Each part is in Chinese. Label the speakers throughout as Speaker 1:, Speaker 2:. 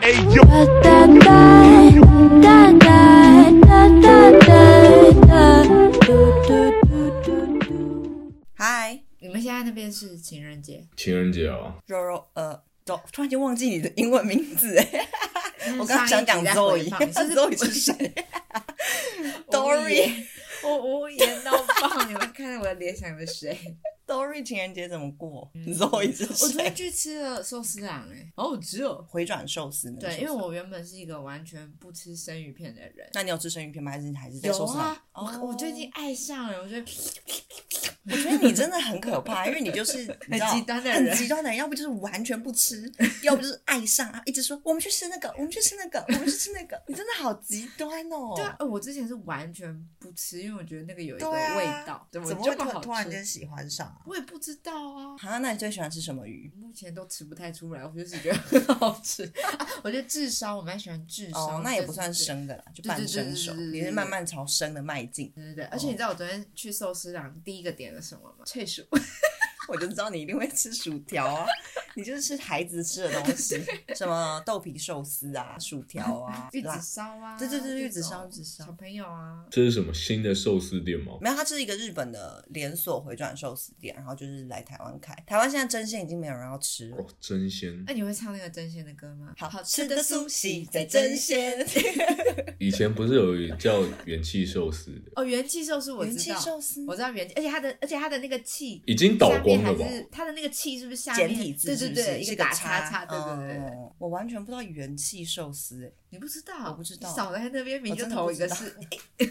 Speaker 1: 哎呦，
Speaker 2: 嗨，你们现在那边是情人节？
Speaker 3: 情人节哦，
Speaker 2: 柔柔，呃，柔，突然间忘记你的英文名字哎，
Speaker 4: 嗯
Speaker 2: 我刚刚想讲
Speaker 4: 周
Speaker 2: Zoe，
Speaker 4: 就是
Speaker 2: 周 e 是谁？Dory，Dory
Speaker 4: 我无言到爆，你们看到我联想的谁？
Speaker 2: 情人节怎么过？Zoe 是
Speaker 4: 嗯我昨天
Speaker 2: 谁？
Speaker 4: 去吃了寿司郎，哎，好好吃哦。
Speaker 2: 回转寿司呢？
Speaker 4: 对，
Speaker 2: 寿
Speaker 4: 因为
Speaker 2: 司
Speaker 4: 我原本是一个完全不吃生鱼片的人。
Speaker 2: 那你有吃生鱼片吗？还是还是在
Speaker 4: 有
Speaker 2: 寿司郎
Speaker 4: 啊，我我最近爱上了，我觉得
Speaker 2: 我觉得你真的很可怕，因为你 就是你知道
Speaker 4: 很极端的人
Speaker 2: 很极端的人，要不就是完全不 吃，要不就是爱上，啊，一直说我们去吃那个，我们去吃那个，我们去吃那个，你真的好极端哦。
Speaker 4: 对啊，呃我之前是完全不吃，因为我觉得那个有一个
Speaker 2: 对啊，
Speaker 4: 味道，怎么
Speaker 2: 怎么
Speaker 4: 就
Speaker 2: 会
Speaker 4: 不
Speaker 2: 突
Speaker 4: 好
Speaker 2: 突然
Speaker 4: 吃
Speaker 2: 间？喜欢上啊？
Speaker 4: 我也不知道啊，
Speaker 2: 啊，那你最喜欢吃什么鱼？
Speaker 4: 目前都吃不太出来，我就是觉得很好吃。啊我觉得炙烧，我蛮喜欢炙烧，
Speaker 2: 哦，那也不算
Speaker 4: 生。
Speaker 2: 生的啦，就半生熟，
Speaker 4: 对对对对对对
Speaker 2: 你是慢慢朝生的迈进。
Speaker 4: 对对对，而且你知道我昨天去寿司郎第一个点了什么吗？脆 薯。
Speaker 2: 我就知道你一定会吃薯条啊，你就是吃孩子吃的东西，什么豆皮寿司啊、薯条 啊、
Speaker 4: 玉子
Speaker 2: 辣。
Speaker 4: 烧啊，
Speaker 2: 对对对
Speaker 4: 这
Speaker 2: 玉子
Speaker 4: 种
Speaker 2: 烧玉子烧
Speaker 4: 小朋友啊，
Speaker 3: 这是什么新的寿司店吗？
Speaker 2: 没有，它是一个日本的连锁回转寿司店，然后就是来台湾开。台湾现在真鲜已经没有人要吃了
Speaker 3: 哦，真鲜
Speaker 4: 那！你会唱那个真鲜的歌吗？
Speaker 2: 好
Speaker 4: 吃
Speaker 2: 的
Speaker 4: 苏
Speaker 2: 苏西在真。鲜，
Speaker 3: 以前不是有叫元气寿司的，
Speaker 4: 哦，元气寿司我
Speaker 2: 元
Speaker 4: 知
Speaker 2: 气
Speaker 4: 道，
Speaker 2: 寿司
Speaker 4: 我知道元气，而且它的而且它的那个气
Speaker 3: 已经倒
Speaker 4: 下面
Speaker 3: 光了
Speaker 4: 还
Speaker 3: 吧？
Speaker 4: 是它的那个气是不是下面
Speaker 2: 简体字是
Speaker 4: 对
Speaker 2: 不
Speaker 4: 对对，
Speaker 2: 是
Speaker 4: 一
Speaker 2: 是个
Speaker 4: 个打叉叉，对对对，对
Speaker 2: 哦我完全不知道元气寿司哎。
Speaker 4: 你不知道，
Speaker 2: 我不知道
Speaker 4: 少在那边名
Speaker 2: 我
Speaker 4: 就
Speaker 2: 真的
Speaker 4: 头
Speaker 2: 不
Speaker 4: 一个
Speaker 2: 知道
Speaker 4: 是，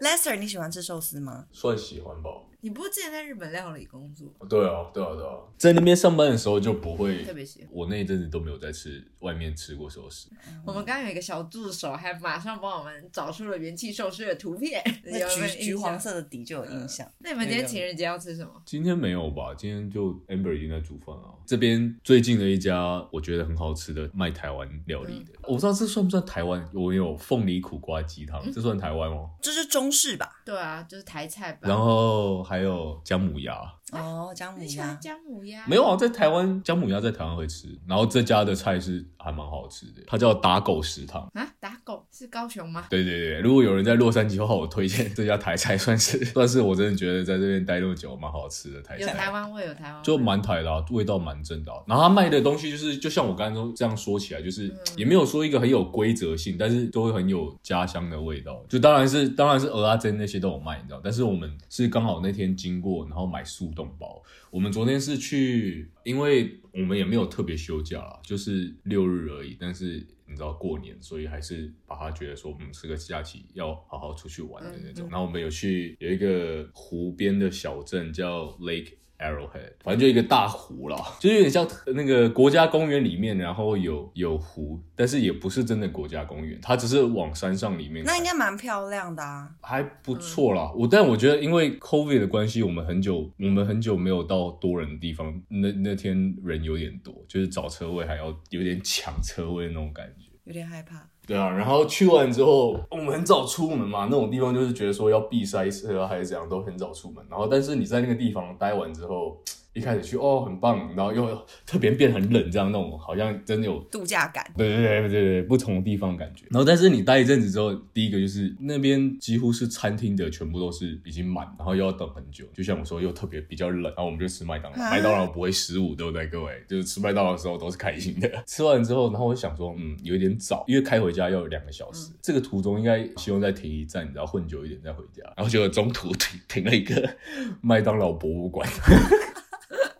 Speaker 2: Lester，你喜欢吃寿司吗？
Speaker 3: 算喜欢吧。
Speaker 4: 你不是之前在日本料理工作，
Speaker 3: 对啊，对啊，对啊，在那边上班的时候就不会
Speaker 4: 特别喜欢。
Speaker 3: 我那一阵子都没有在吃外面吃过寿司，
Speaker 4: 我们刚刚有一个小助手，还马上帮我们找出了元气寿司的图片，有没
Speaker 2: 那
Speaker 4: 有
Speaker 2: 橘
Speaker 4: 印
Speaker 2: 橘
Speaker 4: 象
Speaker 2: 黄。色的底就有印象。
Speaker 4: 那你们今天情人节要吃什么？
Speaker 3: 今天没有吧？今天就 Amber 已经在煮饭啊。这边最近的一家我觉得很好吃的卖台湾料理
Speaker 4: 嗯
Speaker 3: 的，我不知道这算不算台湾？我有凤梨苦瓜鸡汤，
Speaker 4: 嗯
Speaker 3: 这算台湾吗？
Speaker 2: 这是中式吧？
Speaker 4: 对啊，就是台菜吧。
Speaker 3: 然后还有姜母鸭，
Speaker 2: 哦，姜母
Speaker 4: 你喜
Speaker 2: 鸭
Speaker 4: 欢。姜母鸭？
Speaker 3: 没有啊，在台湾姜母鸭在台湾会吃，然后这家的菜是还蛮好吃的，它叫打狗食堂。
Speaker 4: 啊？打狗是高雄吗？
Speaker 3: 对对对，如果有人在洛杉矶的话，我推荐这家台菜，算是 算是我真的觉得在这边待那么久蛮好吃的台
Speaker 4: 有台
Speaker 3: 菜，
Speaker 4: 湾味，有台湾味。
Speaker 3: 就蛮台的、啊，味道蛮正的啊、然后他卖的东西就是，就像我刚刚这样说起来，就是也没有说一个很有规则性，但是都会很有家乡的味道。就当然是当然是鹅阿珍那些都有卖，你知道，但是我们是刚好那天经过，然后买速冻包。我们昨天是去，因为我们也没有特别休假啦，就是六日而已。但是你知道过年，所以还是把它觉得说，嗯，是个假期，要好好出去玩的那种。然后我们有去有一个湖边的小镇叫 Lake。Arrowhead，反正就一个大湖啦，就是有点像那个国家公园里面，然后有有湖，但是也不是真的国家公园，它只是往山上里面开。
Speaker 2: 那应该蛮漂亮的啊，
Speaker 3: 还不错啦，我但我觉得因为 COVID 的关系，我们很久我们很久没有到多人的地方，那那天人有点多，就是找车位还要有点抢车位那种感觉。
Speaker 2: 有点害怕。
Speaker 3: 对啊，然后去完之后，我们很早出门嘛，那种地方就是觉得说要避塞车啊还是怎样，都很早出门。然后，但是你在那个地方待完之后，一开始去哦很棒，然后又特别变很冷，这样那种好像真的有
Speaker 2: 度假 感，
Speaker 3: 对对对对对，不同地方感觉。然后，但是你待一阵子之后，第一个就是那边几乎是餐厅的全部都是已经满，然后又要等很久。就像我说，又特别比较冷，然后我们就吃麦当劳。
Speaker 2: 啊
Speaker 3: 麦当劳不会失误，对不对，各位？就是吃麦当劳的时候都是开心的。 吃完之后，然后我想说，嗯，有一点早，因为开回家要有两个小
Speaker 2: 嗯
Speaker 3: 时。这个途中应该希望再停一站，你知道混久一点再回家。然后结果中途停停了一个 麦当劳博物馆。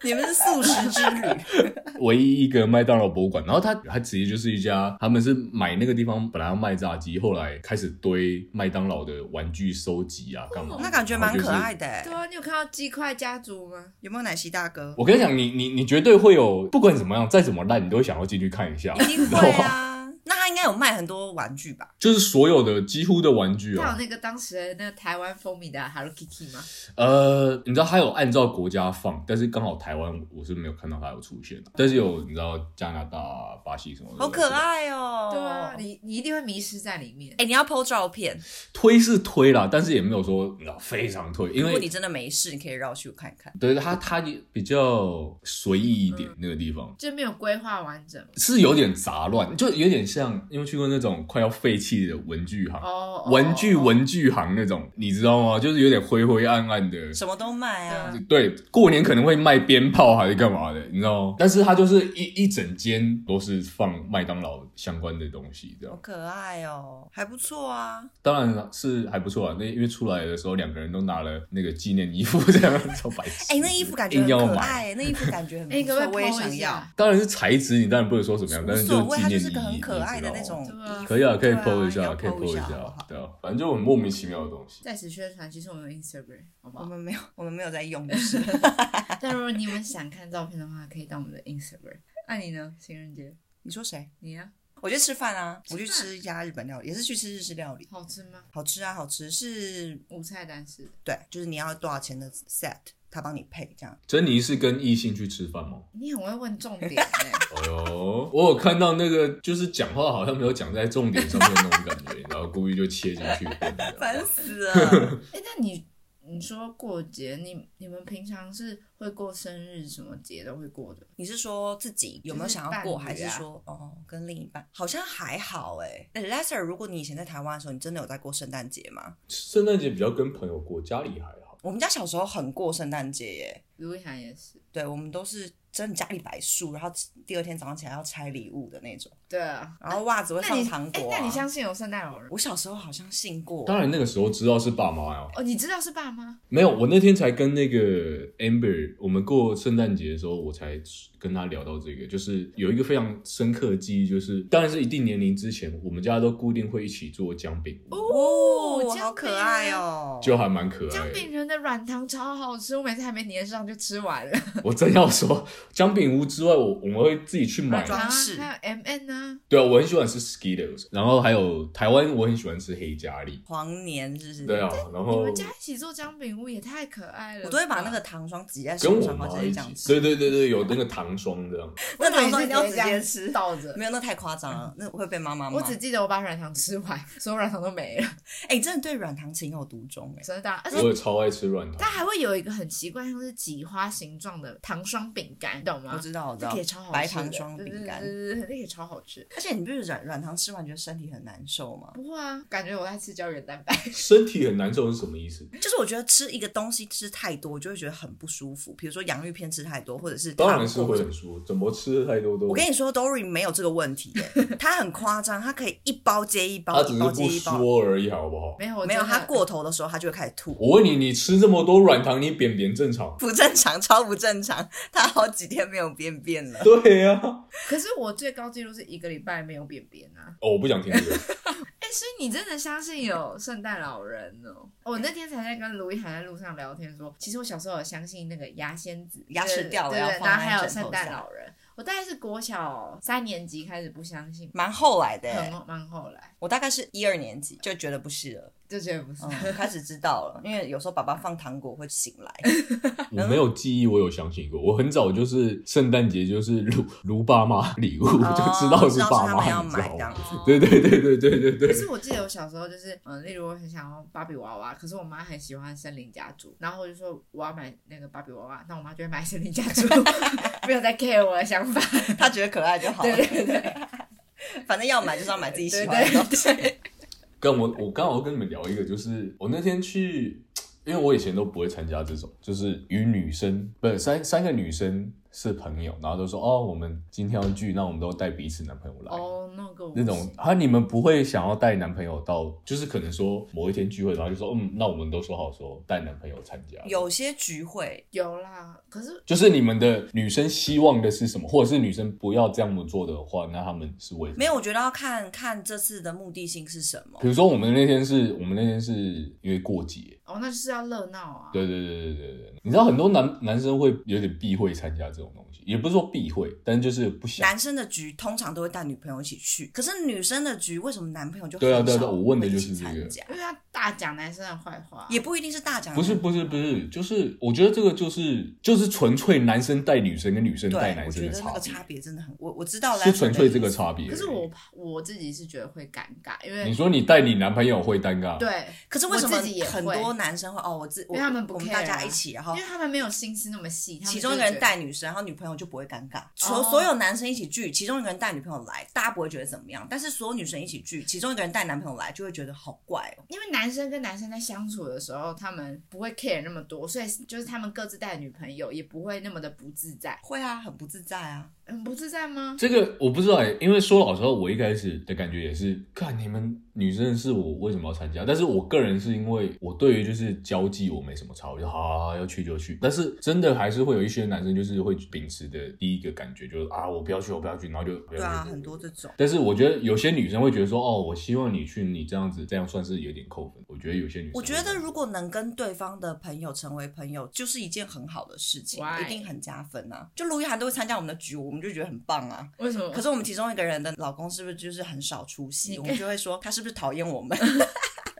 Speaker 2: 你们是素食之旅，
Speaker 3: 唯一一个麦当劳博物馆，然后它它其实就是一家，他们是买那个地方本来要卖炸鸡，后来开始堆麦当劳的玩具收集啊，干 嘛？
Speaker 2: 哦那感觉蛮可爱
Speaker 3: 的。
Speaker 2: 的欸
Speaker 4: 对。啊，你有看到鸡块家族吗？
Speaker 2: 有没有奶昔大哥？
Speaker 3: 我跟你讲， 你你你绝对会有，不管怎么样，再怎么烂，你都会想要进去看一下，
Speaker 2: 一定会啊。那他应该有卖很多玩具吧？
Speaker 3: 就是所有的几乎的玩具
Speaker 4: 它有
Speaker 3: 啊，
Speaker 4: 那个当时的那个台湾风靡的 Hello Kitty 吗？
Speaker 3: 呃，你知道它有按照国家放，但是刚好台湾我是没有看到它有出现的，但是有你知道加拿大、巴西什么的，
Speaker 2: 好可。爱哦、
Speaker 4: 对啊，
Speaker 2: 哎、
Speaker 4: 你你一定会迷失在里面。
Speaker 2: 你要 PO 照片，
Speaker 3: 推是推啦，但是也没有说你知道非常推，因
Speaker 2: 如果
Speaker 3: 为
Speaker 2: 你真的没事，你可以绕去看看。
Speaker 3: 对它它比较随意一点、
Speaker 2: 嗯
Speaker 3: 那个地方。
Speaker 4: 就没有规划完整
Speaker 3: 是有点杂乱，就有点像，因为去过那种快要废弃的文具行，
Speaker 4: 哦，
Speaker 3: 文具
Speaker 4: 哦
Speaker 3: 文具行那种，你知道吗？就是有点灰灰暗暗的。
Speaker 2: 什么都卖啊，
Speaker 3: 对，过年可能会卖鞭炮还是干嘛的，你知道吗？但是它就是一一整间都是放麦当劳相关的东西，这
Speaker 2: 好
Speaker 3: 样
Speaker 2: 可爱哦、还不错啊。
Speaker 3: 当然是还不错啊。那因为出来的时候两个人都拿了那个纪念衣服， 这样超白痴。
Speaker 2: 哎、那衣服感觉
Speaker 3: 硬
Speaker 2: 很
Speaker 3: 要
Speaker 2: 可
Speaker 3: 买，
Speaker 2: 爱、那衣服感觉很
Speaker 4: 哎，你
Speaker 2: 不
Speaker 4: 可
Speaker 2: 错，
Speaker 4: 不
Speaker 2: 我
Speaker 4: 可
Speaker 2: 也
Speaker 4: 以
Speaker 2: 想
Speaker 4: PO 一
Speaker 2: 要。
Speaker 4: 下？
Speaker 3: 当然是材质，你当然不能说怎么样，
Speaker 2: 无
Speaker 3: 但是
Speaker 2: 所
Speaker 3: 是
Speaker 2: 谓，
Speaker 3: 纪
Speaker 2: 它就
Speaker 3: 念
Speaker 2: 是
Speaker 3: 衣，
Speaker 2: 个很可爱的
Speaker 3: 你
Speaker 2: 那
Speaker 3: 知道
Speaker 2: 种
Speaker 3: 吗
Speaker 4: 对啊
Speaker 2: 衣服。
Speaker 3: 可以啊，可以
Speaker 2: 对啊
Speaker 3: PO 一下，
Speaker 2: 要
Speaker 3: 可以
Speaker 2: PO 一
Speaker 3: 一
Speaker 2: 下
Speaker 3: 下
Speaker 2: 好不好，
Speaker 3: 对啊，反正就很莫名其妙的东西。
Speaker 4: 在此宣传，其实我们有 Instagram，好不
Speaker 2: 我
Speaker 4: 好？
Speaker 2: 们没有，我们没有在用，就是。
Speaker 4: 但如果你们想看照片的话，可以到我们的 Instagram。那你呢？情人节
Speaker 2: 你说谁？
Speaker 4: 你呀，
Speaker 2: 我去吃饭啊，我去
Speaker 4: 吃饭
Speaker 2: 吃一家日本料理，也是去吃日式料理，
Speaker 4: 好吃吗？
Speaker 2: 好吃啊，好吃是，
Speaker 4: 无菜单是
Speaker 2: 对，就是你要多少钱的 set，他帮你配这样。
Speaker 3: 珍妮是跟异性去吃饭吗？
Speaker 4: 你很会问 重点欸呢。
Speaker 3: 哎呦，我有看到那个，就是讲话好像没有讲在重点上面那种感觉，然后故意就切进去。
Speaker 2: 烦死了！
Speaker 4: 哎，那你你说过节，你你们平常是会过生日什么节都会过的？
Speaker 2: 你是说自己有没有
Speaker 4: 就是
Speaker 2: 想要过，还
Speaker 4: 伴侣
Speaker 2: 是
Speaker 4: 啊
Speaker 2: 说哦跟另一半？好像还好哎、欸。Lesser，如果你以前在台湾的时候，你真的有在过圣诞节吗？
Speaker 3: 圣诞节比较跟朋友过，家里还好。
Speaker 2: 我们家小时候很过圣诞节耶，
Speaker 4: 卢一涵也是，
Speaker 2: 对我们都是真的家里摆树，然后第二天早上起来要拆礼物的那种，
Speaker 4: 对啊。
Speaker 2: 然后袜子会
Speaker 4: 那
Speaker 2: 放
Speaker 4: 你
Speaker 2: 糖
Speaker 4: 哎
Speaker 2: 果、啊
Speaker 4: 那你相信有圣诞老人？
Speaker 2: 我小时候好像信过，
Speaker 3: 当然那个时候知道是爸妈呀、
Speaker 4: 哦，你知道是爸妈？
Speaker 3: 没有，我那天才跟那个 Amber，我们过圣诞节的时候，我才跟他聊到这个，就是有一个非常深刻的记忆，就是当然是一定年龄之前，我们家都固定会一起做姜饼屋，
Speaker 2: 哦，
Speaker 4: 姜饼啊
Speaker 2: 好可爱哦！
Speaker 3: 就还蛮可爱
Speaker 4: 姜
Speaker 3: 的。
Speaker 4: 饼人的软糖超好吃，我每次还没粘上就吃完 了。
Speaker 3: 我真要说，姜饼屋之外，我我们会自己去买
Speaker 2: 买。装饰
Speaker 4: 然后还有 M N 呢、
Speaker 3: 对啊，我很喜欢吃 Skittles，然后还有台湾我很喜欢吃黑加力。
Speaker 2: 黄年是不是？
Speaker 3: 对啊，然
Speaker 4: 嗯你
Speaker 3: 后
Speaker 2: 哦
Speaker 4: 们家一起做姜饼屋也太可爱了吧。
Speaker 2: 我都会把那个糖霜挤在手
Speaker 3: 跟我
Speaker 2: 上，然后
Speaker 3: 妈
Speaker 2: 直接
Speaker 3: 一
Speaker 2: 这样
Speaker 3: 起，
Speaker 2: 吃。
Speaker 3: 对对对对，有那个糖霜这样。
Speaker 4: 我
Speaker 2: 那
Speaker 4: 以
Speaker 2: 糖
Speaker 4: 为你
Speaker 2: 霜
Speaker 4: 是
Speaker 2: 一定要直
Speaker 4: 这样
Speaker 2: 接吃，
Speaker 4: 倒着。
Speaker 2: 没有那太夸张了，那会被妈妈骂。
Speaker 4: 我只记得我把软糖吃完，所有软糖都没了，
Speaker 2: 哎，你真的对软糖情有独钟哎。
Speaker 4: 真的啊。而且
Speaker 3: 我也超爱吃软
Speaker 4: 它
Speaker 3: 糖，
Speaker 4: 还会有一个很奇怪，像是挤花形状的糖霜饼干，你懂吗？
Speaker 2: 我知道，我知
Speaker 4: 这
Speaker 2: 道
Speaker 4: 个也超好吃，的，
Speaker 2: 白糖霜饼干
Speaker 4: 对，对对对对，那个也超好吃。
Speaker 2: 而且你不是软软糖吃完觉得身体很难受吗？
Speaker 4: 不会啊，感觉我在吃胶原蛋白。
Speaker 3: 身体很难受是什么意思？
Speaker 2: 就是我觉得吃一个东西吃太多，就会觉得很不舒服。比如说洋芋片吃太多，或者是
Speaker 3: 当然是
Speaker 2: 糖果
Speaker 3: 会很舒服，怎么吃太多都。
Speaker 2: 我跟你说，Dory 没有这个问题耶， 他很夸张，他可以一包接一包，
Speaker 3: 他只
Speaker 2: 一
Speaker 3: 是
Speaker 2: 包接
Speaker 3: 不
Speaker 2: 一包。
Speaker 3: 说而已，好不好？
Speaker 4: 没有，我
Speaker 2: 没有，
Speaker 4: 真的
Speaker 2: 他过头的时候，他就会开始吐，
Speaker 3: 我问你，你吃这么多软糖，你便便 正常？
Speaker 2: 不正常，超不正常。他好几天没有便便了。
Speaker 3: 对呀、啊，
Speaker 4: 可是我最高记录是一个礼拜没有便便啊！
Speaker 3: 哦，我不想 听这个。
Speaker 4: 哎、所以你真的相信有圣诞老人哦？我那天才在跟卢一涵在路上聊天说，其实我小时候有相信那个牙仙子，
Speaker 2: 牙齿掉了
Speaker 4: 对对
Speaker 2: 要
Speaker 4: 对，
Speaker 2: 放
Speaker 4: 然后
Speaker 2: 在
Speaker 4: 还有
Speaker 2: 枕头
Speaker 4: 圣诞
Speaker 2: 下
Speaker 4: 老人。我大概是国小三年级开始不相信，
Speaker 2: 蛮后来的
Speaker 4: 很
Speaker 2: 耶，
Speaker 4: 后蛮后来
Speaker 2: 我大概是一二年级就觉得不是了，
Speaker 4: 就觉得不是。
Speaker 2: 嗯，开始知道了，因为有时候爸爸放糖果会醒来，
Speaker 3: 我没有记忆，我有相信过。我很早就是圣诞节就是卢卢爸妈礼物，
Speaker 2: 哦
Speaker 3: 就知道是爸
Speaker 2: 他们
Speaker 3: 妈，
Speaker 2: 要
Speaker 3: 你知
Speaker 2: 买
Speaker 3: 道
Speaker 2: 这
Speaker 3: 吗
Speaker 2: 样？
Speaker 4: 哦
Speaker 3: 对对对对对对
Speaker 4: 可
Speaker 3: 对。
Speaker 4: 是我记得我小时候就是，嗯，例如我很想要芭比娃娃，可是我妈很喜欢森林家族，然后我就说我要买那个芭比娃娃，那我妈就会买森林家 族，没有在 care 我的想法。
Speaker 2: 他觉得可爱就好了
Speaker 4: 对。对对。
Speaker 2: 反正要买就是要买自己喜
Speaker 4: 对
Speaker 2: 欢的东西。
Speaker 4: 对对，
Speaker 3: 跟我我刚好跟你们聊一个，就是我那天去，因为我以前都不会参加这种，就是与女生不是三三个女生是朋友，然后都说哦，我们今天要聚，那我们都带彼此男朋友来。
Speaker 4: 哦，那个我
Speaker 3: 那
Speaker 4: 不
Speaker 3: 种
Speaker 4: 行
Speaker 3: 啊，你们不会想要带男朋友到，就是可能说某一天聚会，然后就说嗯，那我们都说好说带男朋友参加。
Speaker 2: 有些聚会
Speaker 4: 有啦，可是
Speaker 3: 就是你们的女生希望的是什么，或者是女生不要这样做的话，那他们是为什么？
Speaker 2: 没有，我觉得要看看这次的目的性是什么
Speaker 3: 比。如说我们那天是我们那天是因为过节，
Speaker 4: 哦，那就是要热闹啊。
Speaker 3: 对对对对对对，你知道很多男男生会有点避讳参加这这种东西，也不是说避讳，但是就是不想。
Speaker 2: 男生的局通常都会带女朋友一起去，可是女生的局为什么男朋友就
Speaker 3: 对啊
Speaker 2: 很
Speaker 3: 对啊
Speaker 2: 少
Speaker 3: 对啊我问的
Speaker 2: 会一
Speaker 3: 就
Speaker 2: 起
Speaker 3: 是这个
Speaker 2: 参加
Speaker 4: 因为他大讲男生的坏话，
Speaker 2: 也不一定是大奖，
Speaker 3: 不是不是不是，就是我觉得这个就是就是纯粹男生带女生跟女生带
Speaker 2: 对，我
Speaker 3: 男生
Speaker 2: 觉
Speaker 3: 的
Speaker 2: 得那
Speaker 3: 差
Speaker 2: 个
Speaker 3: 别
Speaker 2: 差，别真的很，我我知道
Speaker 3: 是纯粹这个差
Speaker 2: 别。
Speaker 3: 别。
Speaker 4: 可是我怕我自己是觉得会尴尬，因
Speaker 3: 你
Speaker 4: 为
Speaker 3: 说你带你男朋友会尴尬，，
Speaker 4: 对，
Speaker 2: 可是为什么
Speaker 4: 我自己也会
Speaker 2: 很多男生会哦，我自我
Speaker 4: 因为他们不
Speaker 2: 我们
Speaker 4: care
Speaker 2: 大家
Speaker 4: 啊
Speaker 2: 一起，然
Speaker 4: 因
Speaker 2: 后
Speaker 4: 为他们没有心思那么细，他们
Speaker 2: 哦其中一个
Speaker 4: 就觉
Speaker 2: 人
Speaker 4: 得
Speaker 2: 带女生，然后女朋友就不会尴尬。所、
Speaker 4: 哦
Speaker 2: 所有男生一起聚，其中一个人带女朋友来，大家不会觉得怎么样。但是所有女生一起聚，其中一个人带男朋友来，就会觉得好怪哦。
Speaker 4: 因为男生跟男生在相处的时候，他们不会 care 那么多，所以就是他们各自带女朋友，也不会那么的不自在。
Speaker 2: 会啊，很不自在啊。
Speaker 4: 嗯，不自在吗？
Speaker 3: 这个我不知道哎、因为说老实话，我一开始的感觉也是，看你们女生的事，我为什么要参加？但是我个人是因为我对于就是交际我没什么差，我就好好好要去就去。但是真的还是会有一些男生就是会秉持的第一个感觉就是啊，我不要去，我不要去，然后就不
Speaker 2: 对
Speaker 3: 要
Speaker 2: 啊，
Speaker 3: 去
Speaker 2: 很多这种。
Speaker 3: 但是我觉得有些女生会觉得说，哦，我希望你去，你这样子，这样算是有点扣分。我觉得有些女生会，
Speaker 2: 我觉得如果能跟对方的朋友成为朋友，就是一件很好的事情
Speaker 4: Why？
Speaker 2: 一定很加分啊！就卢一涵都会参加我们的局，我们就觉得很棒啊。
Speaker 4: 为什么？
Speaker 2: 可是我们其中一个人的老公是不是就是很少出席？我们就会说他是不是讨厌我们？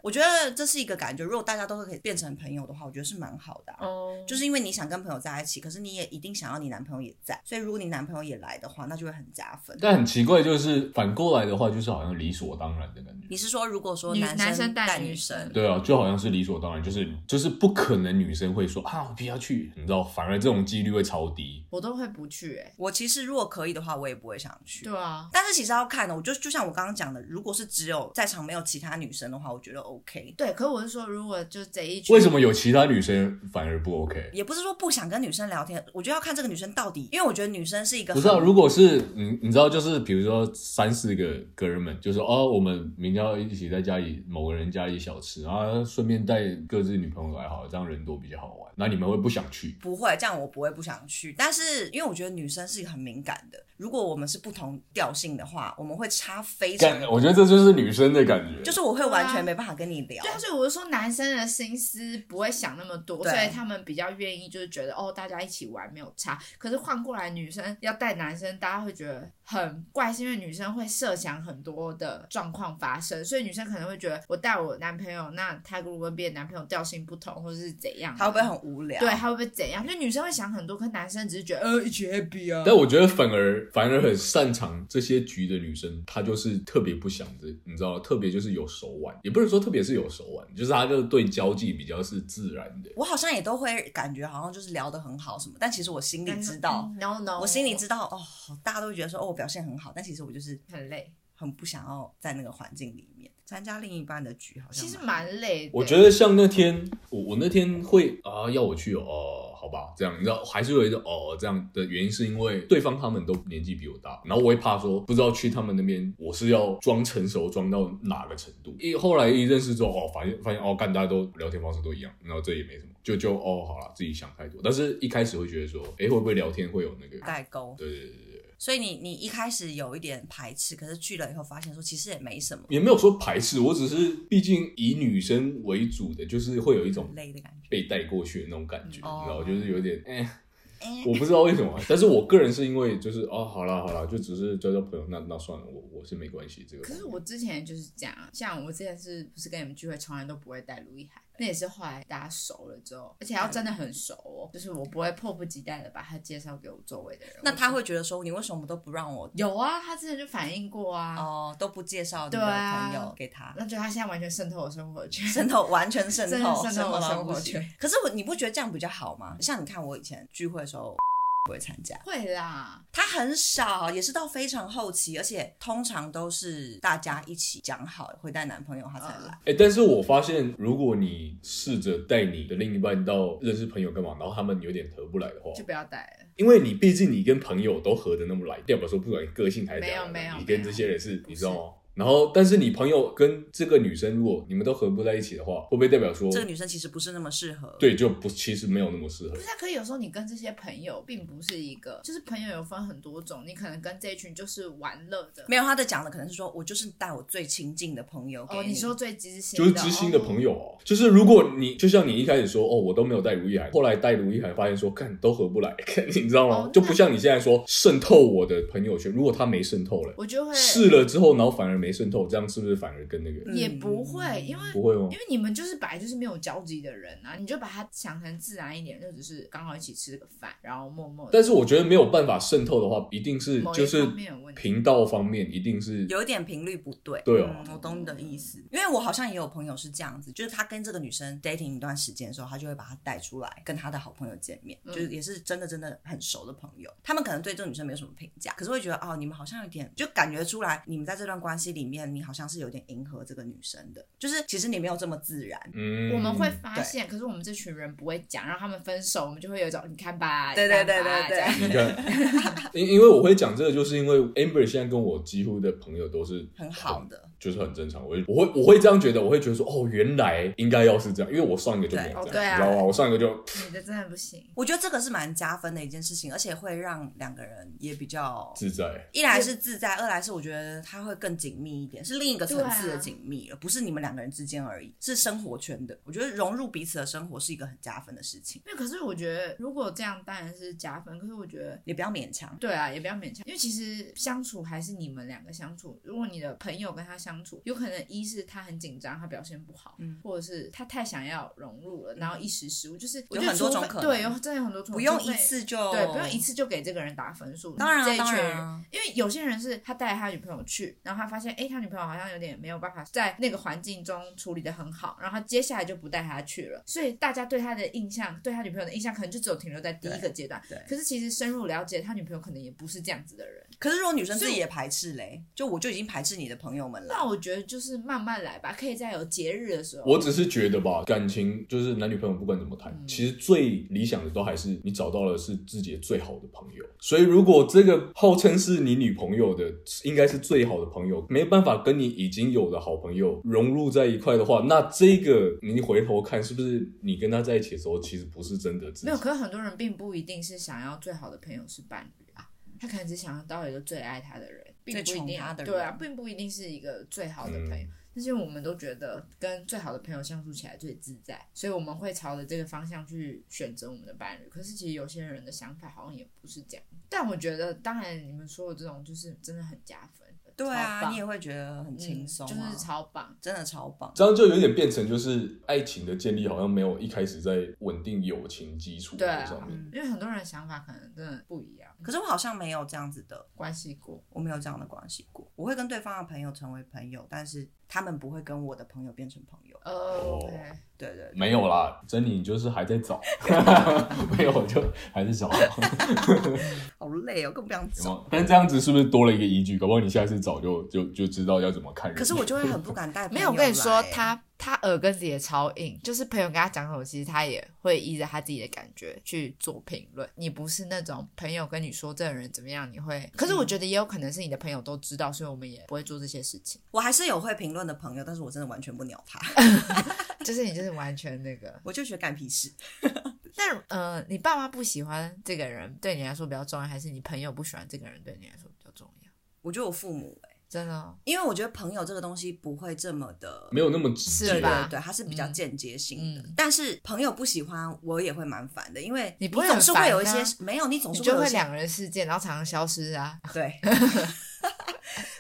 Speaker 2: 我觉得这是一个感觉，如果大家都是可以变成朋友的话，我觉得是蛮好的、啊。
Speaker 4: 哦，
Speaker 2: 就是因为你想跟朋友在一起，可是你也一定想要你男朋友也在，所以如果你男朋友也来的话，那就会很加分。
Speaker 3: 但很奇怪，就是反过来的话，就是好像理所当然的感觉。
Speaker 2: 你是说，如果说
Speaker 4: 女男
Speaker 2: 生
Speaker 4: 生带
Speaker 2: 带
Speaker 4: 女
Speaker 2: 女
Speaker 4: 生
Speaker 3: 对啊，就好像是理所当然，就是就是不可能女生会说啊，我不要去，你知道，反而这种几率会超低。
Speaker 4: 我都会不去、欸，哎，
Speaker 2: 我其实如果可以的话，我也不会想去。
Speaker 4: 对啊，
Speaker 2: 但是其实要看的，哦我就就像我刚刚讲的，如果是只有在场没有其他女生的话，我觉得 OK。
Speaker 4: 对。可是我是说，如果就这一群，
Speaker 3: 为什么有其他女生反而不 OK？
Speaker 2: 也不是说不想跟女生聊天，我觉得要看这个女生到底，因为我觉得女生是一个
Speaker 3: 不是啊，
Speaker 2: 很
Speaker 3: 如果是你，你知道，就是比如说三四个哥们，就说哦，我们明天要一起在家里某个人家里小吃，然后顺便带各自女朋友来好了，这样人多比较好玩。那你们会不想去？
Speaker 2: 不会，这样我不会不想去。但是因为我觉得女生是很敏感的，如果我们是不同调性的话，我们会差非常
Speaker 3: 感，。我觉得这就是女生的感觉，
Speaker 2: 就是我会完全没办法跟你聊
Speaker 4: 对，啊，所以我就说男生的心思不会想那么多，
Speaker 2: 对
Speaker 4: 所以他们比较愿意就是觉得哦，大家一起玩没有差。可是换过来女生要带男生，大家会觉得很怪，是因为女生会设想很多的状况发生，所以女生可能会觉得我带我男朋友，那他如果跟别的男朋友调性不同，或者是怎样啊，
Speaker 2: 他会不会很无聊？
Speaker 4: 对，他会不会怎样？就女生会想很多，可男生只是觉得呃一起 happy 啊。
Speaker 3: 但我觉得反而反而很擅长这些局的女生，她就是特别不想这，你知道，特别就是有手腕，也不是说特别是有手腕，就是她就对交际比较是自然的。
Speaker 2: 我好像也都会感觉好像就是聊得很好什么，但其实我心里知道，
Speaker 4: ，no no，
Speaker 2: 我心里知道哦，大家都会觉得说哦我表现很好，但其实我就是
Speaker 4: 很累，
Speaker 2: 很不想要在那个环境里面参加另一半的局，好像
Speaker 4: 其实蛮累的。
Speaker 3: 我觉得像那天我我那天会啊、要我去哦哦，好吧，这样你知道还是有一个哦这样的原因，是因为对方他们都年纪比我大，然后我会怕说不知道去他们那边我是要装成熟装到哪个程度。一后来一认识之后哦，发现发现哦，干大家都聊天方式都一样，然后这也没什么，就就哦好了，自己想太多。但是一开始会觉得说，哎会不会聊天会有那个？
Speaker 2: 代沟，
Speaker 3: 对对对对对，
Speaker 2: 所以你你一开始有一点排斥，可是去了以后发现说其实也没什么
Speaker 3: 也没有说排斥，我只是毕竟以女生为主的，就是会有一种
Speaker 2: 累的感觉。
Speaker 3: 被带过去的那种感觉，
Speaker 2: 哦
Speaker 3: 你知道，就是有点，哎、
Speaker 2: 哎
Speaker 3: 我不知道为什么，但是我个人是因为就是哦，好啦好啦，就只是交交朋友，那那算了，我我是没关系这个。
Speaker 4: 可是我之前就是这样，像我之前是不是跟你们聚会，从来都不会带卢一涵，那也是后来大家熟了之后，而且要
Speaker 2: 嗯
Speaker 4: 真的很熟哦，就是我不会迫不及待的把他介绍给我周围的人。
Speaker 2: 那他
Speaker 4: 我
Speaker 2: 会觉得说，你为什么都不让我？
Speaker 4: 有啊，他之前就反映过啊，
Speaker 2: 哦，都不介绍你的
Speaker 4: 对啊
Speaker 2: 朋友给他，
Speaker 4: 那就他现在完全渗透我生活圈，
Speaker 2: 渗透完全渗
Speaker 4: 真的
Speaker 2: 透
Speaker 4: 渗透
Speaker 2: 透
Speaker 4: 我
Speaker 2: 到
Speaker 4: 生
Speaker 2: 不
Speaker 4: 活
Speaker 2: 行
Speaker 4: 圈。
Speaker 2: 可是我，你不觉得这样比较好吗？像你看，我以前聚会的时候不会参加，
Speaker 4: 会啦，
Speaker 2: 他很少，也是到非常后期，而且通常都是大家一起讲好会带男朋友他才来。
Speaker 4: 啊
Speaker 3: 哎、但是我发现，如果你试着带你的另一半到认识朋友干嘛，然后他们有点合不来的话，
Speaker 4: 就不要带了。
Speaker 3: 因为你毕竟你跟朋友都合得那么来，代表说不管个性还是怎样
Speaker 4: 没有没有
Speaker 3: 你跟这些人是，你知道吗？然后，但是你朋友跟这个女生，如果你们都合不在一起的话，会不会代表说
Speaker 2: 这个女生其实不是那么适合。，
Speaker 3: 对就不其实没有那么适合
Speaker 4: 不？是啊，可以有时候你跟这些朋友并不是一个，就是朋友有分很多种，你可能跟这一群就是玩乐的。
Speaker 2: 没有他的讲的可能是说我就是带我最亲近的朋友给
Speaker 4: 哦，
Speaker 2: 你
Speaker 4: 你说最知心的，
Speaker 3: 就是知心的朋
Speaker 4: 友。
Speaker 3: 友哦，就是如果你就像你一开始说哦，我都没有带卢意涵，后来带卢意涵，发现说看都合不来， 看你知道吗？
Speaker 4: 哦
Speaker 3: 就不像你现在说渗透我的朋友圈，如果他没渗透了，
Speaker 4: 我就会
Speaker 3: 试了之后，然后反而没渗透，这样是不是反而跟那个
Speaker 2: 嗯
Speaker 4: 也不会，因为
Speaker 3: 不会吗哦
Speaker 4: 因？为你们就是本来就是没有交集的人啊，你就把它想成自然一点，就只是刚好一起吃个饭，然后默默地。
Speaker 3: 但是我觉得没有办法渗透的话，一定是
Speaker 4: 某一
Speaker 3: 就是
Speaker 4: 方面有问题
Speaker 3: 频道方面一定是
Speaker 2: 有一点频率不对。
Speaker 3: 对哦
Speaker 2: 嗯，我懂你的意思，因为我好像也有朋友是这样子，就是他跟这个女生 dating 一段时间的时候，他就会把她带出来跟他的好朋友见面，
Speaker 4: 嗯
Speaker 2: 就是也是真的真的很熟的朋友。他们可能对这个女生没有什么评价，可是会觉得哦，你们好像有点就感觉出来，你们在这段关系里面，你好像是有点迎合这个女生的，就是其实你没有这么自然。
Speaker 3: 嗯，
Speaker 4: 我们会发现，可是我们这群人不会讲，让他们分手，我们就会有一种你看吧，
Speaker 2: 对
Speaker 4: 你看吧
Speaker 2: 对对对对
Speaker 4: 这样
Speaker 3: 你看， 因因为我会讲这个，就是因为 Amber 现在跟我几乎的朋友都是
Speaker 2: 很好的，
Speaker 3: 就是很正常。我会我会我会这样觉得，我会觉得说，哦，原来应该要是这样，因为我上一个就没
Speaker 4: 对哦
Speaker 3: 有这
Speaker 4: 对啊
Speaker 3: 样，你知道吗？我上一个就
Speaker 4: 你的真的不行。
Speaker 2: 我觉得这个是蛮加分的一件事情，而且会让两个人也比较
Speaker 3: 自在。
Speaker 2: 一来是自在，二来是我觉得它会更紧密一点，是另一个层次
Speaker 4: 啊
Speaker 2: 的紧密了，不是你们两个人之间而已，是生活圈的。我觉得融入彼此的生活是一个很加分的事情，
Speaker 4: 因为可是我觉得，如果这样当然是加分，可是我觉得
Speaker 2: 也不要勉强。
Speaker 4: 对啊，也不要勉强，因为其实相处还是你们两个相处。如果你的朋友跟他相处，有可能一是他很紧张，他表现不好，
Speaker 2: 嗯
Speaker 4: 或者是他太想要融入了，然后一时失误，就是我
Speaker 2: 有
Speaker 4: 觉得
Speaker 2: 很多
Speaker 4: 除
Speaker 2: 种
Speaker 4: 非
Speaker 2: 可能
Speaker 4: 对，有真的有很多种，
Speaker 2: 不用
Speaker 4: 除非
Speaker 2: 一次就
Speaker 4: 对，不用一，次就给这个人打分数。
Speaker 2: 当然
Speaker 4: 这
Speaker 2: 啊
Speaker 4: 一
Speaker 2: 当
Speaker 4: 群
Speaker 2: 然
Speaker 4: 人
Speaker 2: 啊，
Speaker 4: 因为有些人是他带他女朋友去，然后他发现，哎，他女朋友好像有点没有办法在那个环境中处理的很好，然后他接下来就不带他去了，所以大家对他的印象，对他女朋友的印象，可能就只有停留在第一个阶段。
Speaker 2: 对对
Speaker 4: 可是其实深入了解，他女朋友可能也不是这样子的人。
Speaker 2: 可是如果女生自己也排斥嘞，就我就已经排斥你的朋友们
Speaker 4: 那
Speaker 2: 了。
Speaker 4: 我觉得就是慢慢来吧，可以在有节日的时候。
Speaker 3: 我只是觉得吧，感情就是男女朋友不管怎么谈，
Speaker 4: 嗯
Speaker 3: 其实最理想的都还是你找到了是自己最好的朋友。所以如果这个号称是你女朋友的，应该是最好的朋友，没办法跟你已经有的好朋友融入在一块的话，那这个你回头看是不是你跟他在一起的时候，其实不是真的自
Speaker 4: 没有，
Speaker 3: 己？
Speaker 4: 可是很多人并不一定是想要最好的朋友是伴侣啊，他可能只想要到一个最爱他的人，并不一
Speaker 2: 最宠
Speaker 4: 定
Speaker 2: 他的人
Speaker 4: 对啊，并不一定是一个最好的朋友。但是我们都觉得跟最好的朋友相处起来最自在，所以我们会朝着这个方向去选择我们的伴侣。可是其实有些人的想法好像也不是这样，但我觉得，当然你们说的这种就是真的很加分，
Speaker 2: 对
Speaker 4: 超
Speaker 2: 啊，
Speaker 4: 棒
Speaker 2: 你也会觉得很轻松、啊
Speaker 4: 嗯就是超棒。
Speaker 2: 真的超棒。
Speaker 3: 这样就有点变成就是爱情的建立，好像没有一开始在稳定友情基础
Speaker 4: 对啊
Speaker 3: 上面。
Speaker 4: 因为很多人的想法可能真的不一样，
Speaker 2: 可是我好像没有这样子的，
Speaker 4: 关系过。
Speaker 2: 我没有这样的关系过。我会跟对方的朋友成为朋友，但是他们不会跟我的朋友变成朋友。
Speaker 4: 呃、o k
Speaker 2: 对对对
Speaker 3: 没有啦，珍妮，你就是还在 找，没有我就还在找。
Speaker 2: 好累哦，更不想
Speaker 3: 有
Speaker 2: 走
Speaker 3: 没。有但这样子是不是多了一个依据？搞不好你下次早就就就知道要怎么看人。
Speaker 2: 可是我就会很不 敢带朋
Speaker 4: 没
Speaker 2: 友
Speaker 4: 有，我跟你说
Speaker 2: 来，
Speaker 4: 他他耳根子也超硬，就是朋友跟他讲什么，其实他也会依着他自己的感觉去做评论。你不是那种朋友跟你说这个人怎么样，你会，可是我觉得也有可能是你的朋友都知道，所以我们也不会做这些事情。
Speaker 2: 我还是有会评论的朋友，但是我真的完全不鸟他，
Speaker 4: 就是你就是完全那个。
Speaker 2: 我就觉得干屁 事。
Speaker 4: 那呃，你爸妈不喜欢这个人，对你来说比较重要，还是你朋友不喜欢这个人，对你来说比较重要？
Speaker 2: 我觉得我父母、欸，
Speaker 4: 真的、哦，
Speaker 2: 因为我觉得朋友这个东西不会这么的，
Speaker 3: 没有那么直
Speaker 4: 是
Speaker 3: 接
Speaker 4: 吧
Speaker 2: 对对，它是比较间接性的。
Speaker 4: 嗯
Speaker 2: 但是朋友不喜欢，我也会蛮烦的，因为
Speaker 4: 你不会
Speaker 2: 总是
Speaker 4: 很
Speaker 2: 会
Speaker 4: 烦
Speaker 2: 有一些
Speaker 4: 啊
Speaker 2: 没有，你总
Speaker 4: 你
Speaker 2: 是
Speaker 4: 就
Speaker 2: 有
Speaker 4: 会
Speaker 2: 一些
Speaker 4: 两个人事件，然后常常消失啊。
Speaker 2: 对。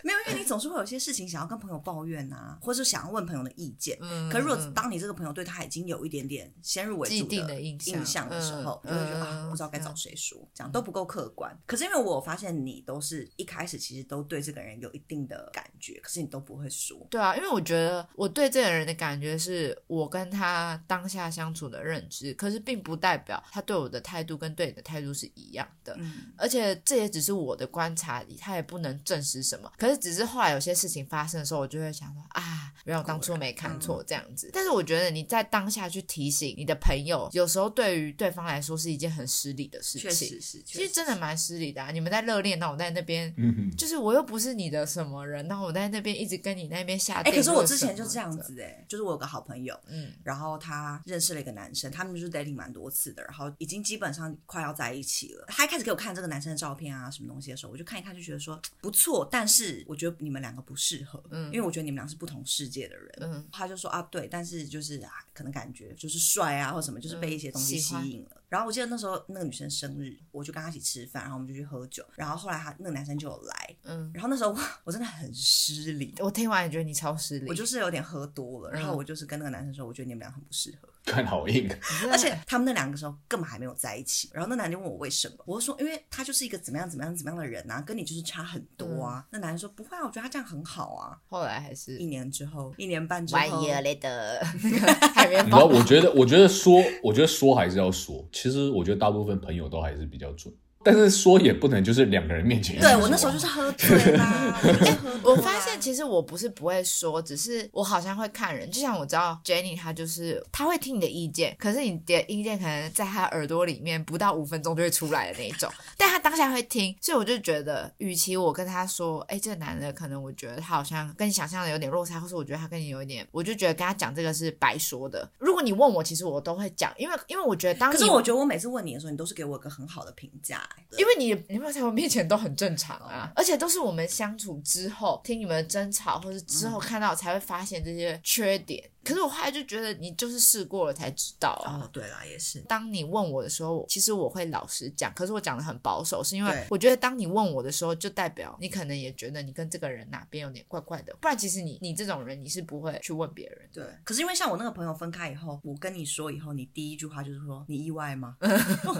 Speaker 2: 没有，因为你总是会有一些事情想要跟朋友抱怨啊，或是想要问朋友的意见。
Speaker 4: 嗯，
Speaker 2: 可是如果
Speaker 4: 嗯
Speaker 2: 当你这个朋友对他已经有一点点先入为
Speaker 4: 既
Speaker 2: 主
Speaker 4: 定的印
Speaker 2: 印
Speaker 4: 象
Speaker 2: 的时候，
Speaker 4: 嗯
Speaker 2: 你就会觉得、
Speaker 4: 嗯
Speaker 2: 啊，不知道该找
Speaker 4: 嗯
Speaker 2: 谁说，这样都不够客观。可是因为我发现你都是一开始其实都对这个人有一定的感觉，可是你都不会说。
Speaker 4: 对啊，因为我觉得我对这个人的感觉是我跟他当下相处的认知，可是并不代表他对我的态度跟对你的态度是一样的。
Speaker 2: 嗯，
Speaker 4: 而且这也只是我的观察，他也不能证实什么。可是只是是后来有些事情发生的时候，我就会想说啊，原来我当初没看
Speaker 2: 嗯
Speaker 4: 错这样子。但是我觉得你在当下去提醒你的朋友，有时候对于对方来说是一件很失礼的事
Speaker 2: 确
Speaker 4: 情。
Speaker 2: 实是，
Speaker 4: 其实真的蛮失礼的、啊，你们在热恋，那我在那边
Speaker 3: 嗯哼，
Speaker 4: 就是我又不是你的什么人，然后我在那边一直跟你那边下
Speaker 2: 哎、
Speaker 4: 定
Speaker 2: 可
Speaker 4: 论
Speaker 2: 是
Speaker 4: 什么
Speaker 2: 我之前
Speaker 4: 的。
Speaker 2: 就这样子哎、就是我有个好朋友，
Speaker 4: 嗯，
Speaker 2: 然后他认识了一个男生，他们就是 dating 蛮多次的，然后已经基本上快要在一起了。他一开始给我看这个男生的照片啊，什么东西的时候，我就看一看就觉得说不错，但是我觉得你们两个不适合，
Speaker 4: 嗯
Speaker 2: 因为我觉得你们俩是不同世界的人。
Speaker 4: 嗯
Speaker 2: 他就说啊，对，但是就是啊，可能感觉就是帅啊，或什么，就是被一些东西
Speaker 4: 嗯喜
Speaker 2: 吸
Speaker 4: 欢
Speaker 2: 引了。然后我记得那时候那个女生生日，我就跟她一起吃饭，然后我们就去喝酒。然后后来他那个男生就有来，
Speaker 4: 嗯，
Speaker 2: 然后那时候我我真的很失礼，
Speaker 4: 我听完也觉得你超失礼，
Speaker 2: 我就是有点喝多了，然后
Speaker 4: 嗯
Speaker 2: 我就是跟那个男生说，我觉得你们俩很不适合。
Speaker 3: 看好硬，
Speaker 4: 你真的
Speaker 2: 而且他们那两个时候根本还没有在一起，然后那男的问我为什么，我就说因为他就是一个怎么样怎么样怎么样的人啊，跟你就是差很多
Speaker 4: 嗯
Speaker 2: 啊。那男人说不会啊，我觉得他这样很好啊。
Speaker 4: 后来还是
Speaker 2: 一年之后，一年半之
Speaker 4: one
Speaker 2: 后，
Speaker 4: year later，海绵
Speaker 3: 你知道，
Speaker 4: 宝
Speaker 3: 我觉得，我觉得说，我觉得说还是要说。其实我觉得大部分朋友都还是比较准，但是说也不能就是两个人面前一直说。
Speaker 2: 对我那时候就是喝醉啦，我就是喝多
Speaker 4: 哎我
Speaker 2: 啦
Speaker 4: 发现其实我不是不会说，只是我好像会看人。就像我知道 Jenny 她就是她会听你的意见，可是你的意见可能在她耳朵里面不到五分钟就会出来的那一种，但她当下会听，所以我就觉得，与其我跟她说，哎、这个男的可能我觉得他好像跟你想象的有点落差，或是我觉得他跟你有一点，我就觉得跟他讲这个是白说的。如果你问我，其实我都会讲，因为因为我觉得当
Speaker 2: 可
Speaker 4: 你
Speaker 2: 是我觉得我每次问你的时候，你都是给我一个很好的哦评价、哎
Speaker 4: 因为你你们在我面前都很正常啊，而且都是我们相处之后听你们的争吵，或是之后看到才会发现这些缺点。
Speaker 2: 嗯
Speaker 4: 可是我后来就觉得你就是试过了才知道啊。
Speaker 2: 哦，对啦，也是。
Speaker 4: 当你问我的时候，其实我会老实讲，可是我讲的很保守，是因为
Speaker 2: 对
Speaker 4: 我觉得当你问我的时候，就代表你可能也觉得你跟这个人哪边有点怪怪的，不然其实你你这种人你是不会去问别人的。
Speaker 2: 对，可是因为像我那个朋友分开以后，我跟你说以后，你第一句话就是 说你意外吗？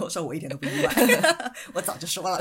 Speaker 2: 我说我一点都不意 外，我早就说了，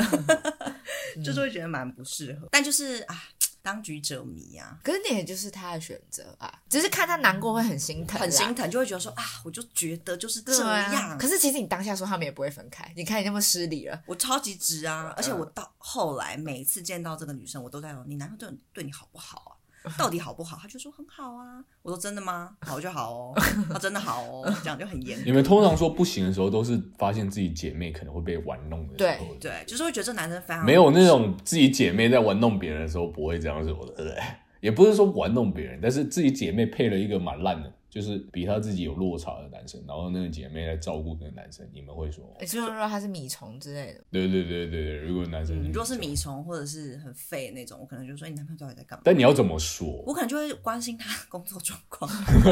Speaker 2: 嗯就是会觉得蛮不适合。但就是啊，当局者迷啊，
Speaker 4: 可是那也就是他的选择啊，只是看他难过会很心疼啦，
Speaker 2: 很心疼，就会觉得说啊，我就觉得就是
Speaker 4: 对
Speaker 2: 这样。
Speaker 4: 啊。可是其实你当下说他们也不会分开，你看你那么失礼了。
Speaker 2: 我超级直啊，而且我到后来每次见到这个女生，我都在说你男朋友对对你好不 好啊？到底好不好？她就说很好啊。我说真的吗？好就好哦，他真的好哦，这样就很严格
Speaker 3: 你们通常说不行的时候，都是发现自己姐妹可能会被玩弄的时候。
Speaker 2: 对，就是会觉得这男生非常
Speaker 3: 没有那种自己姐妹在玩弄别人的时候不会这样说的，对不 对？也不是说玩弄别人，但是自己姐妹配了一个蛮烂的，就是比她自己有落差的男生，然后那个姐妹来照顾那个男生，你们会说，
Speaker 4: 也就是说他是米虫之类的，
Speaker 3: 对对对对对，如果男生
Speaker 2: 嗯，如果是
Speaker 3: 这样
Speaker 2: 米虫或者是很废的那种，我可能就说哎你男朋友到底在干嘛？
Speaker 3: 但你要怎么说？
Speaker 2: 我可能就会关心他工作状况，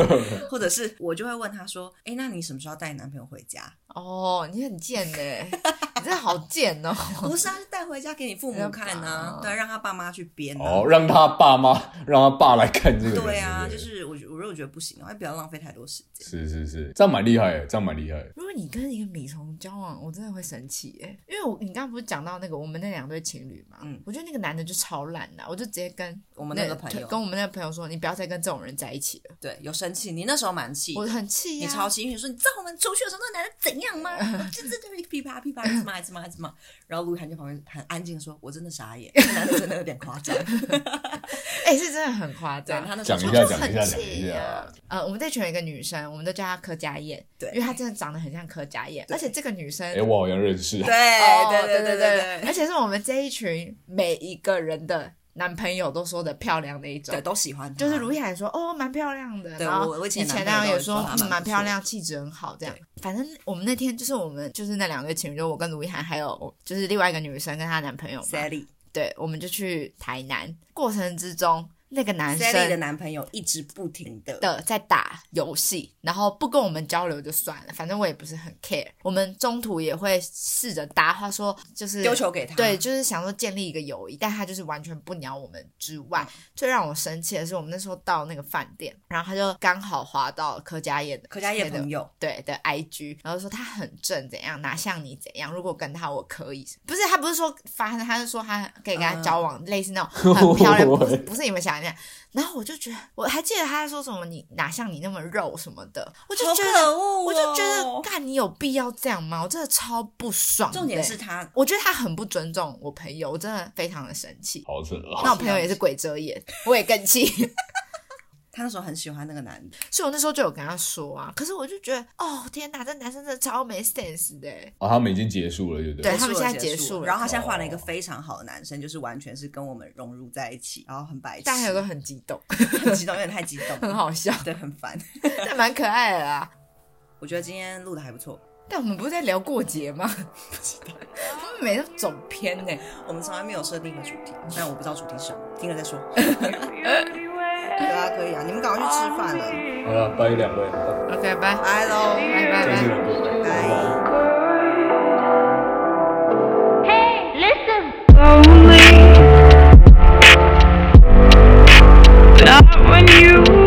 Speaker 2: 或者是我就会问他说：“哎、那你什么时候要带你男朋友回家
Speaker 4: 哦，你很贱呢、你真的好贱哦！？”
Speaker 2: 不是啊，是带回家给你父母看
Speaker 4: 要
Speaker 2: 啊
Speaker 4: 吧，
Speaker 2: 对，让他爸妈去编啊。
Speaker 3: 哦，让他爸妈，让他爸来看这个人。
Speaker 2: 对啊，
Speaker 3: 不
Speaker 2: 就是我我如果觉得不行的话，不要浪费太多时间。
Speaker 3: 是是是，这样蛮厉害的，这样蛮厉害的。
Speaker 4: 如果你跟一个米虫交往，我真的会生气耶、因为我你刚刚不是讲到那个我们那两对情侣嘛，
Speaker 2: 嗯
Speaker 4: 我觉得那个男的就超烂的，我就直接跟
Speaker 2: 我们那个朋友
Speaker 4: 跟我们那个朋友说，你不要再跟这种人在一起了，
Speaker 2: 对，有生气，你那时候蛮气的，
Speaker 4: 我很气、
Speaker 2: 你
Speaker 4: 呀。
Speaker 3: 啊
Speaker 2: 超气，因为你说你知道我们出去的时候那男的怎样吗？我就真的是噼啪噼啪一直骂一直骂一直骂，然后卢雨涵就旁边很安静的说：“我真的傻眼，这男的真的有点夸张。”
Speaker 4: 哎、是真的很夸
Speaker 2: 对
Speaker 4: 张，
Speaker 2: 他那时
Speaker 3: 讲
Speaker 2: 候
Speaker 3: 一
Speaker 2: 就
Speaker 3: 下，
Speaker 2: 是
Speaker 3: 讲一下，
Speaker 4: 很
Speaker 3: 讲一
Speaker 4: 气
Speaker 3: 下
Speaker 4: 啊。呃，我们这群有一个女生，我们都叫她柯佳燕，
Speaker 2: 对
Speaker 4: 因为她真的长得很像柯佳燕，而且这个女生
Speaker 3: 哎、。我好像认识。
Speaker 4: 哦
Speaker 2: 对
Speaker 4: 对
Speaker 2: 对
Speaker 4: 对
Speaker 2: 对
Speaker 4: 而且是我们这一群每一个人的男朋友都说的漂亮那一种
Speaker 2: 对，，都喜欢他，
Speaker 4: 就是卢易涵说哦蛮漂亮的，
Speaker 2: 对
Speaker 4: 然后
Speaker 2: 我我以
Speaker 4: 以
Speaker 2: 前
Speaker 4: 前
Speaker 2: 男朋友
Speaker 4: 也
Speaker 2: 都说
Speaker 4: 说
Speaker 2: 她
Speaker 4: 嗯
Speaker 2: 蛮
Speaker 4: 蛮
Speaker 2: 不
Speaker 4: 漂
Speaker 2: 错
Speaker 4: 亮，气质很好这样。反正我们那天就是我们就是那两对情侣，就我跟卢易涵还有就是另外一个女生跟她男朋友嘛，
Speaker 2: Sally
Speaker 4: 对，我们就去台南，过程之中那个男生
Speaker 2: Sally 的男朋友一直不停的
Speaker 4: 的在打游戏，然后不跟我们交流就算了，反正我也不是很 care。我们中途也会试着搭话说，就是
Speaker 2: 丢球给他，
Speaker 4: 对，就是想说建立一个友谊，但他就是完全不鸟我们之外，
Speaker 2: 嗯
Speaker 4: 最让我生气的是，我们那时候到那个饭店，然后他就刚好滑到柯佳燕的
Speaker 2: 柯佳
Speaker 4: 那
Speaker 2: 燕
Speaker 4: 个
Speaker 2: 朋友，
Speaker 4: 对的 IG，然后说他很正怎样，哪像你怎样，如果跟他我可嗯 以，不是他不是说发生，他是说他可以跟他交往，类似那种很漂亮，不是不是你们想来那样。然后我就觉得，我还记得他说什么你哪像你那么肉什么的，我就
Speaker 2: 好
Speaker 4: 觉
Speaker 2: 可
Speaker 4: 得，
Speaker 2: 恶、哦！
Speaker 4: 我就觉得，干你有必要这样吗？我真的超不爽的。
Speaker 2: 重点是他
Speaker 4: 我觉得他很不尊重我朋友，我真的非常的生气。
Speaker 3: 好扯
Speaker 4: 那
Speaker 3: 啊！
Speaker 4: 我朋友也是鬼遮眼，我也更气，
Speaker 2: 他那时候很喜欢那个男的，
Speaker 4: 所以我那时候就有跟他说啊。可是我就觉得，哦天哪，这男生真的超没 sense 的欸。
Speaker 3: 啊，他们已经结束了，对不
Speaker 4: 对
Speaker 3: 对？
Speaker 4: 他们现在
Speaker 2: 结
Speaker 4: 结束了
Speaker 2: 然后他现在换了一个非常好的男生，就是完全是跟我们融入在一起，然后很白痴，
Speaker 4: 但还有个很激动，
Speaker 2: 很激动，有点太激动，
Speaker 4: 很，好笑，
Speaker 2: 对，很烦。
Speaker 4: 但蛮可爱的啦。
Speaker 2: 我觉得今天录的还不错，
Speaker 4: 但我们不是在聊过节吗？
Speaker 2: 不知 道
Speaker 4: 我们每次都走偏呢、
Speaker 2: 我们从来没有设定一个主题，但我不知道主题是什么，听了再 说。对啊，可以啊，你们赶快去吃饭了，
Speaker 3: 好了，拜两位，
Speaker 4: OK，拜拜
Speaker 2: 拜喽，
Speaker 4: 拜
Speaker 3: 再
Speaker 4: 拜
Speaker 3: 见。各位，拜拜。
Speaker 1: Hey, listen. Lonely. Not when you